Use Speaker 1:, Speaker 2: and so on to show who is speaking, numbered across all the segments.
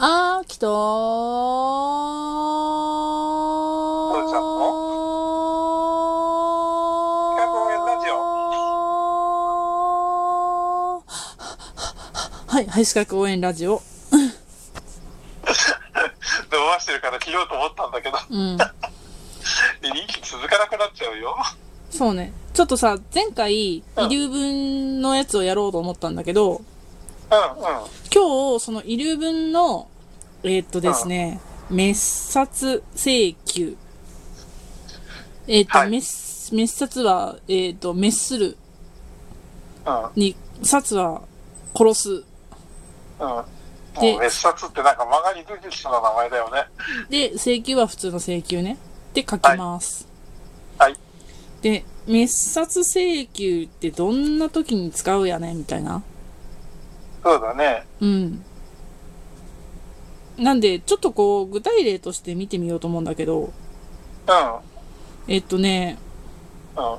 Speaker 1: あきと
Speaker 2: どうした100円ラジオ
Speaker 1: はい、はい、四角応援ラジオ。
Speaker 2: でも回してるから切ろうと思ったんだけど、
Speaker 1: うん。
Speaker 2: 息続かなくなっちゃうよ。
Speaker 1: そうね。ちょっとさ、前回、遺留分のやつをやろうと思ったんだけど、
Speaker 2: うんうん。
Speaker 1: 今日、その遺留分の、えーっとですね、滅殺請求。えーっと、
Speaker 2: はい
Speaker 1: 滅滅殺は、えーっと、滅する
Speaker 2: うん
Speaker 1: に、殺は殺す。
Speaker 2: うん。
Speaker 1: で
Speaker 2: もう別冊ってなんか曲がり出てきそうな名前だよね。
Speaker 1: で、請求は普通の請求ね。で、書きます。
Speaker 2: はいはい
Speaker 1: で、滅殺請求ってどんな時に使うやねみたいな。
Speaker 2: そうだね。
Speaker 1: うん。なんで、ちょっとこう、具体例として見てみようと思うんだけど、
Speaker 2: うん。
Speaker 1: えっとね、
Speaker 2: うん。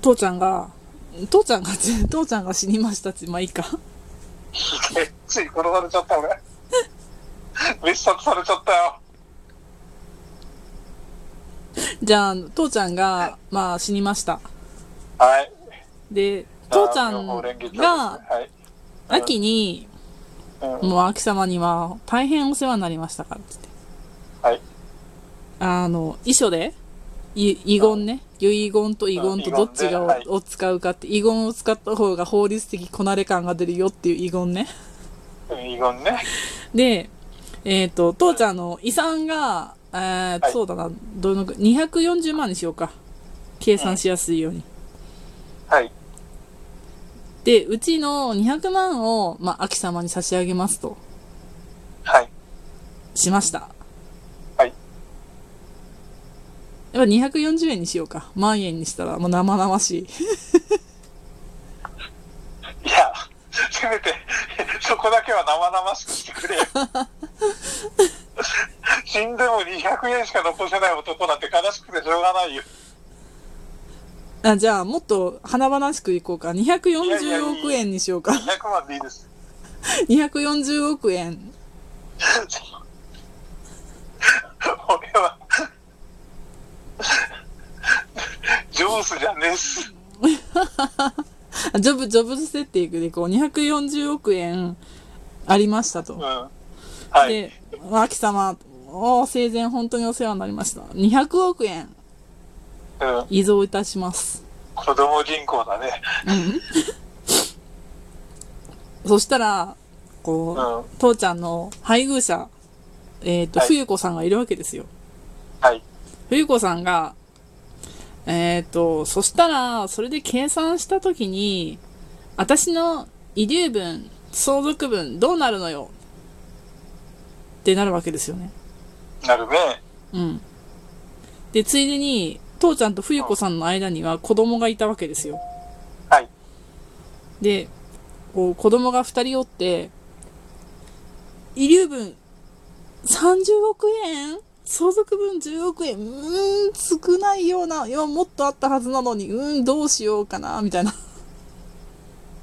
Speaker 1: 父ちゃんが、父ちゃんが、 父ちゃんが死にましたって、まあいいか。
Speaker 2: でつい殺されちゃった俺。 別冊されちゃったよ。
Speaker 1: じゃあ、父ちゃんが、まあ死にました。
Speaker 2: はい。
Speaker 1: で、父ちゃ
Speaker 2: あー両
Speaker 1: ん
Speaker 2: 方連結ですね
Speaker 1: が、
Speaker 2: はい。
Speaker 1: 秋に、
Speaker 2: うん。
Speaker 1: もう秋様には大変お世話になりましたから、つって。
Speaker 2: はい。
Speaker 1: あの、遺書で、い遺言ね。遺言と遺言とどっちが
Speaker 2: うん遺言ね
Speaker 1: を,、
Speaker 2: はい
Speaker 1: 使うかって、遺言を使った方が法律的こなれ感が出るよっていう遺言ね。
Speaker 2: うん遺言ね。
Speaker 1: で、えっ、と、父ちゃんの遺産が、えー
Speaker 2: はい
Speaker 1: そうだな、どのく、240万にしようか。計算しやすいように。
Speaker 2: はい。
Speaker 1: で、うちの200万を、まあ、秋様に差し上げますと、
Speaker 2: はい。
Speaker 1: しました。
Speaker 2: はい。
Speaker 1: やっぱ240円にしようか。万円にしたら、もう生々しい。
Speaker 2: いや、せめて、そこだけは生々しくしてくれ よ。死んでも200円しか残せない男なんて悲しくてしょうがないよ。
Speaker 1: あじゃあ、もっと華々しくいこうか。
Speaker 2: やいやいや
Speaker 1: 240億円にしようか。
Speaker 2: 200万でいいです。
Speaker 1: 240億円。
Speaker 2: 俺は、ジョースじゃねえっす。
Speaker 1: あジョブ、ジョブズ設定でいこう。240億円ありましたと。
Speaker 2: うん。はい。
Speaker 1: で、まあ秋様、お生前本当にお世話になりました。200億円
Speaker 2: うん。
Speaker 1: 遺贈いたします。
Speaker 2: 子供銀行だね。
Speaker 1: そしたら、こう、
Speaker 2: うん。
Speaker 1: 父ちゃんの配偶者、えっ、と、
Speaker 2: はい
Speaker 1: 冬子さんがいるわけですよ。
Speaker 2: はい。
Speaker 1: 冬子さんが、えっ、と、そしたら、それで計算したときに、私の遺留分、相続分、どうなるのよってなるわけですよね。
Speaker 2: なるね。
Speaker 1: うん。で、ついでに、父ちゃんと冬子さんの間には子供がいたわけですよ。
Speaker 2: はい。
Speaker 1: で、こう子供が二人おって、遺留分30億円相続分10億円うーん、少ないような、いや、もっとあったはずなのに、うーん、どうしようかな、みたいな。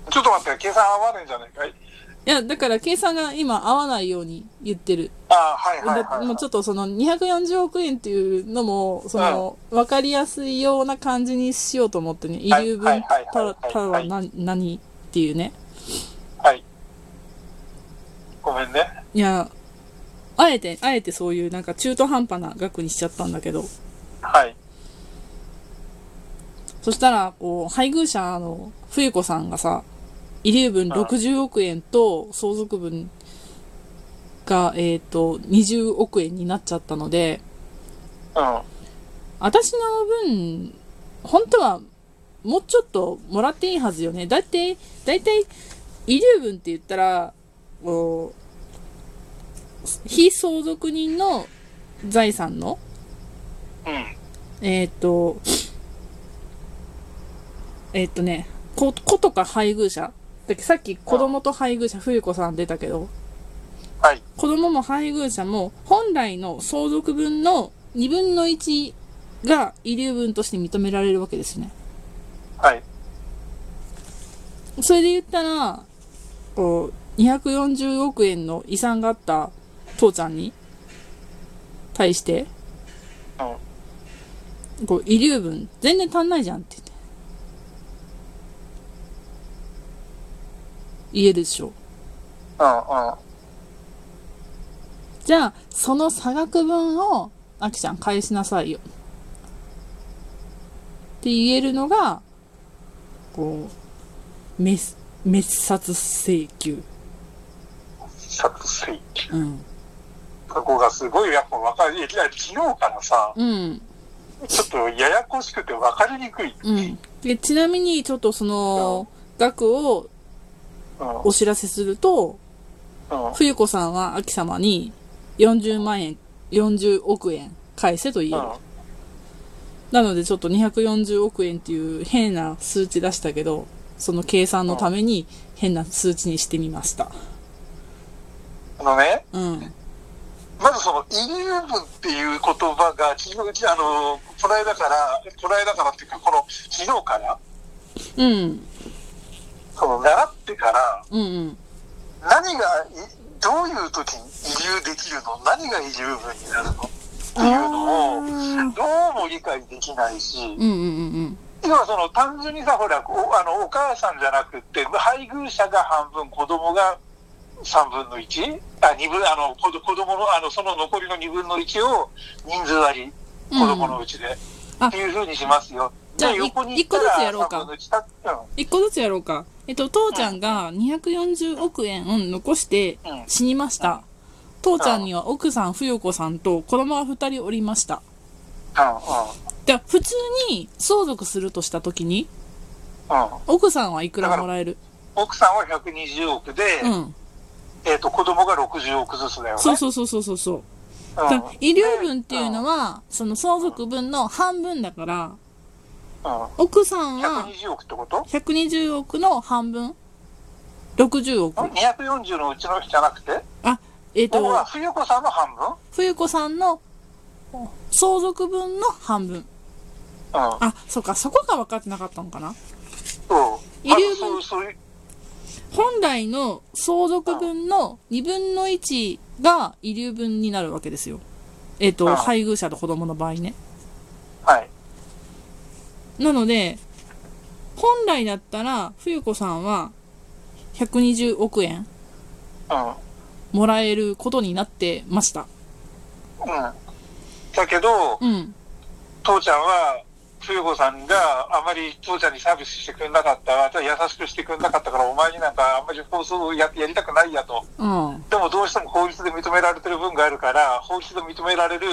Speaker 2: ちょっと待って、計算合わねえんじゃないかい
Speaker 1: いや、だから計算が今合わないように言ってる。
Speaker 2: ああ、はいはい
Speaker 1: だ
Speaker 2: はい、
Speaker 1: も
Speaker 2: は
Speaker 1: うちょ
Speaker 2: い。
Speaker 1: っとその240億円っていうのも、その、わかりやすいような感じにしようと思ってね、遺
Speaker 2: はい
Speaker 1: 留
Speaker 2: は
Speaker 1: 分
Speaker 2: いはい
Speaker 1: た
Speaker 2: はい
Speaker 1: らたらはな何っていうね。
Speaker 2: はい。ごめんね。
Speaker 1: いや、あえて、あえてそういうなんか中途半端な額にしちゃったんだけど、
Speaker 2: はい。
Speaker 1: そしたら、こう、配偶者の冬子さんがさ、遺留分60億円と相続分が、えっ、と、20億円になっちゃったので、
Speaker 2: うん。
Speaker 1: 私の分、本当はもうちょっともらっていいはずよね。だって、だいたい遺留分って言ったら、こう非相続人の財産の、
Speaker 2: うん。
Speaker 1: えっ、と、えっ、とね、子子とか配偶者。だっけさっき子供と配偶者、冬子さん出たけど、
Speaker 2: はい。
Speaker 1: 子供も配偶者も本来の相続分の2分の1が遺留分として認められるわけですね。
Speaker 2: はい。
Speaker 1: それで言ったら、こう、 240億円の遺産があった父ちゃんに対して、
Speaker 2: うん。
Speaker 1: こう、遺留分全然足んないじゃんって言って。言えるでしょ。
Speaker 2: うん。うん。
Speaker 1: じゃあ、その差額分を、あきちゃん返しなさいよ。って言えるのが、こう、滅、滅殺請求。
Speaker 2: 殺水球。
Speaker 1: うん。
Speaker 2: ここがすごいやっぱ分かり、いきなり昨日からさ、
Speaker 1: うん。
Speaker 2: ちょっとややこしくて分かりにくい。
Speaker 1: うん。で、ちなみに、ちょっとその、額を
Speaker 2: うん。うん。
Speaker 1: お知らせすると、冬子さんは秋様に40万円、40億円返せと言える。なのでちょっと240億円っていう変な数値出したけど、その計算のために変な数値にしてみました。
Speaker 2: あのね、
Speaker 1: うん。
Speaker 2: まずその、イリューブンっていう言葉が、昨日うち、あの、この間から、この間からっていうか、この、昨日から、
Speaker 1: うん。
Speaker 2: その、習ってから、
Speaker 1: うんうん。
Speaker 2: 何がい、どういう時に遺留できるの何が遺留分になるのっていうのを、どうも理解できないし
Speaker 1: う、んうんうん
Speaker 2: 要はその単純にさ、ほら、おあのお母さんじゃなくって、配偶者が半分、子供が3分の 1? あ、二分、あの、子子供の、あの、その残りの2分の1を人数割り、
Speaker 1: うん
Speaker 2: 子供のうちで、
Speaker 1: あ
Speaker 2: っていうふうにしますよ。
Speaker 1: じゃあ
Speaker 2: で横に行
Speaker 1: い一個ずつやろう
Speaker 2: 3
Speaker 1: か
Speaker 2: 分の1たっ
Speaker 1: 一個ずつやろうか。えっと、父ちゃんが240億円を残して
Speaker 2: うん
Speaker 1: 死にました。父ちゃんには奥さん、冬子さんと子供が二人おりました。
Speaker 2: たうん、う
Speaker 1: じゃ普通に相続するとしたときに、
Speaker 2: ん、うん。
Speaker 1: 奥さんはいくらもらえる
Speaker 2: 奥さんは120億で、
Speaker 1: うん。
Speaker 2: えっ、と、子供が60億ずつだよね。
Speaker 1: そうそうそうそうそうそう。
Speaker 2: うん
Speaker 1: だから遺留分っていうのは、その相続分の半分だから、
Speaker 2: うんうん
Speaker 1: 奥さんは
Speaker 2: 120億ってこと
Speaker 1: 120億の半分 ?60
Speaker 2: ん
Speaker 1: 億。
Speaker 2: ?240 のうちの人じゃなくて
Speaker 1: あ、えっ、
Speaker 2: 僕は
Speaker 1: と、
Speaker 2: 冬子さんの半分
Speaker 1: 冬子さんの相続分の半分。
Speaker 2: うん。
Speaker 1: あ、そっか、そこが分かってなかったのかな
Speaker 2: そう。
Speaker 1: 遺留分
Speaker 2: まずそうそういう
Speaker 1: 本来の相続分の2分の1が遺留分になるわけですよ。えっ、
Speaker 2: う
Speaker 1: と、
Speaker 2: ん
Speaker 1: 配偶者と子供の場合ね。
Speaker 2: はい。
Speaker 1: なので、本来だったら、冬子さんは120億円もらえることになってました。
Speaker 2: うん。うん。だけど、
Speaker 1: うん。
Speaker 2: 父ちゃんは、冬子さんがあまり父ちゃんにサービスしてくれなかった、あとは優しくしてくれなかったから、お前になんかあんまり放送をややりたくないやと。
Speaker 1: うん。
Speaker 2: でもどうしても法律で認められてる分があるから、法律で認められる、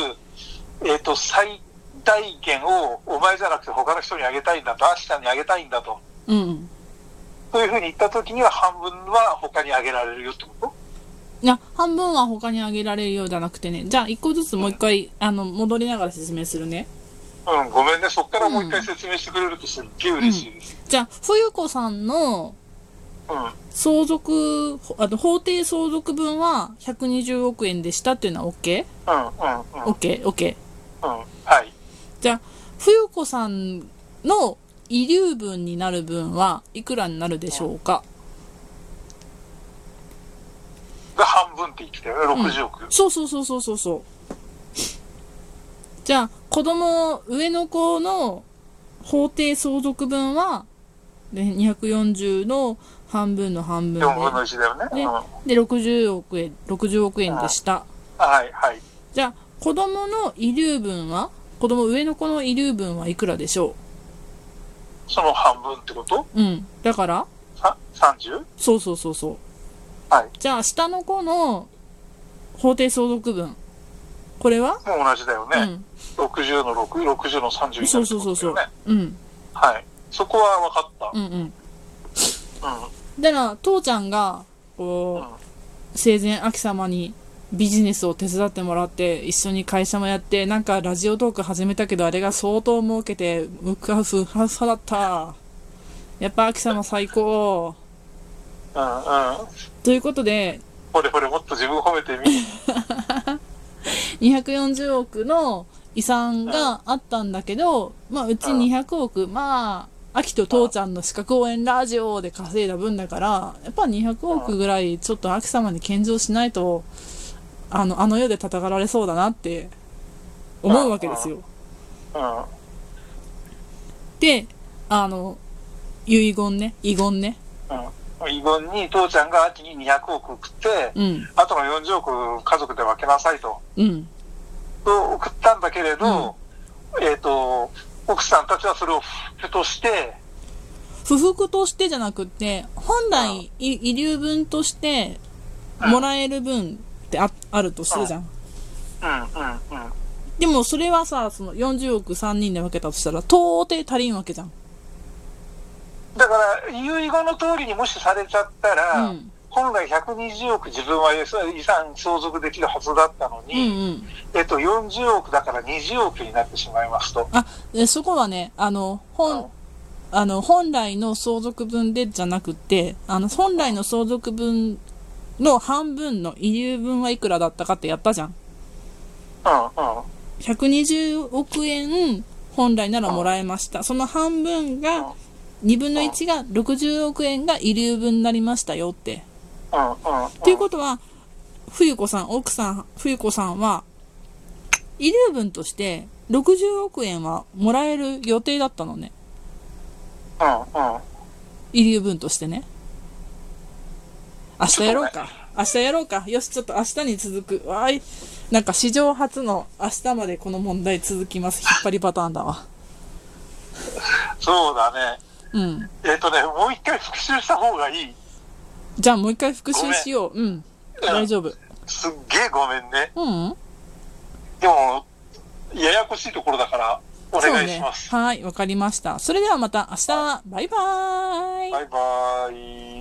Speaker 2: えっ、と、最大限をお前じゃなくて他の人にあげたいんだと、アシちゃんにあげたいんだと。
Speaker 1: うん。
Speaker 2: そういうふうに言った時には半分は他にあげられるよってこと
Speaker 1: いや、半分は他にあげられるようじゃなくてね。じゃあ、一個ずつもう一回、あの、戻りながら説明するね。
Speaker 2: うん、ごめんね。そっからもう一回説明してくれるとすっげえ嬉しいです。
Speaker 1: じゃあ、冬子さんの
Speaker 2: うん。
Speaker 1: 相続、ほあの、法定相続分は120億円でしたっていうのは OK?OK?OK?、
Speaker 2: うんうんうん
Speaker 1: OK? OK
Speaker 2: うんはい。
Speaker 1: じゃあ、冬子さんの遺留分になる分はいくらになるでしょうか、
Speaker 2: が半分って言ってたよね、60億。
Speaker 1: そうそうそうそうそうそう。じゃあ、子供、上の子の法定相続分は、で240の半分の半分
Speaker 2: 4分の1だよね。
Speaker 1: ね
Speaker 2: うん。はい
Speaker 1: で、で60億円、60億円でした。
Speaker 2: はい。
Speaker 1: じゃあ、子供の遺留分は子供、上の子の遺留分はいくらでしょ
Speaker 2: その半分ってこと
Speaker 1: ううん。だから、
Speaker 2: さ ?30?
Speaker 1: そうそうそうそう。
Speaker 2: はい。
Speaker 1: じゃあ、下の子の法定相続分。これは、
Speaker 2: もう同じだよ
Speaker 1: う
Speaker 2: ね。
Speaker 1: ん。
Speaker 2: 60の6、60の30になるってことだよね。
Speaker 1: そうそうそうそう。うん。
Speaker 2: はい。そこは
Speaker 1: う
Speaker 2: 分
Speaker 1: んうん。
Speaker 2: かっ
Speaker 1: だから、父ちゃんが、
Speaker 2: た。うん。
Speaker 1: こ
Speaker 2: うん。
Speaker 1: う、生前、秋様にビジネスを手伝ってもらって、一緒に会社もやって、なんかラジオトーク始めたけど、あれが相当儲けて、ムカフハサだった。やっぱ秋様最高。
Speaker 2: うんうん。
Speaker 1: ということで、
Speaker 2: ほれほれ、もっと自分褒めてみ。
Speaker 1: 240億の遺産があったんだけど、まあ、うち200億、まあ、秋と父ちゃんの資格応援ラジオで稼いだ分だから、やっぱ200億ぐらいちょっと秋様に献上しないと、あの、あの世で叩かられそうだなって思うわけですよ。
Speaker 2: うん。
Speaker 1: で、あの、遺言ね、遺言ね。
Speaker 2: うん。遺言に父ちゃんが秋に200億送って、
Speaker 1: うん、
Speaker 2: あとの40億家族で分けなさいと。
Speaker 1: うん、
Speaker 2: と送ったんだけれど、えっ、と、奥さんたちはそれを不として、
Speaker 1: 不服としてじゃなくて、本来、い遺留分として、もらえる分ってああるとするじゃん。
Speaker 2: うんうんうん。
Speaker 1: でもそれはさ、その40億3人で分けたとしたら、到底足りんわけじゃん。
Speaker 2: だから、遺言の通りにもしされちゃったら、
Speaker 1: うん
Speaker 2: 本来120億自分は遺産相続できるはずだったの
Speaker 1: うん
Speaker 2: に、
Speaker 1: うん。
Speaker 2: えっと、40億だから20億になってしまいますと。
Speaker 1: あ、でそこはね、あの、本、あの、本来の相続分でじゃなくて、あの、本来の相続分の半分の遺留分はいくらだったかってやったじゃん。
Speaker 2: うんうん。
Speaker 1: 120億円本来ならもらえました。その半分
Speaker 2: うん
Speaker 1: が、2分の1が60億円が遺留分になりましたよって。
Speaker 2: うんうん。
Speaker 1: っていうことは、冬子さん、奥さん、冬子さんは、遺留分として60億円はもらえる予定だったのね。
Speaker 2: うんうん。
Speaker 1: 遺留分としてね。明日やろうか。明日やろうか。よし、ちょっと明日に続く。わーい。なんか史上初の明日までこの問題続きます。引っ張りパターンだわ。
Speaker 2: そうだね。
Speaker 1: うん。
Speaker 2: えっ、とね、もう一回復習した方がいい。
Speaker 1: じゃあもう一回復習しよう。うん。大丈夫。
Speaker 2: すっげえごめんね。
Speaker 1: ううん。
Speaker 2: でも、ややこしいところだから、お
Speaker 1: そう
Speaker 2: 願い
Speaker 1: ね。
Speaker 2: します。
Speaker 1: はい、わかりました。それではまた明日。バイバーイ。
Speaker 2: バイバーイ。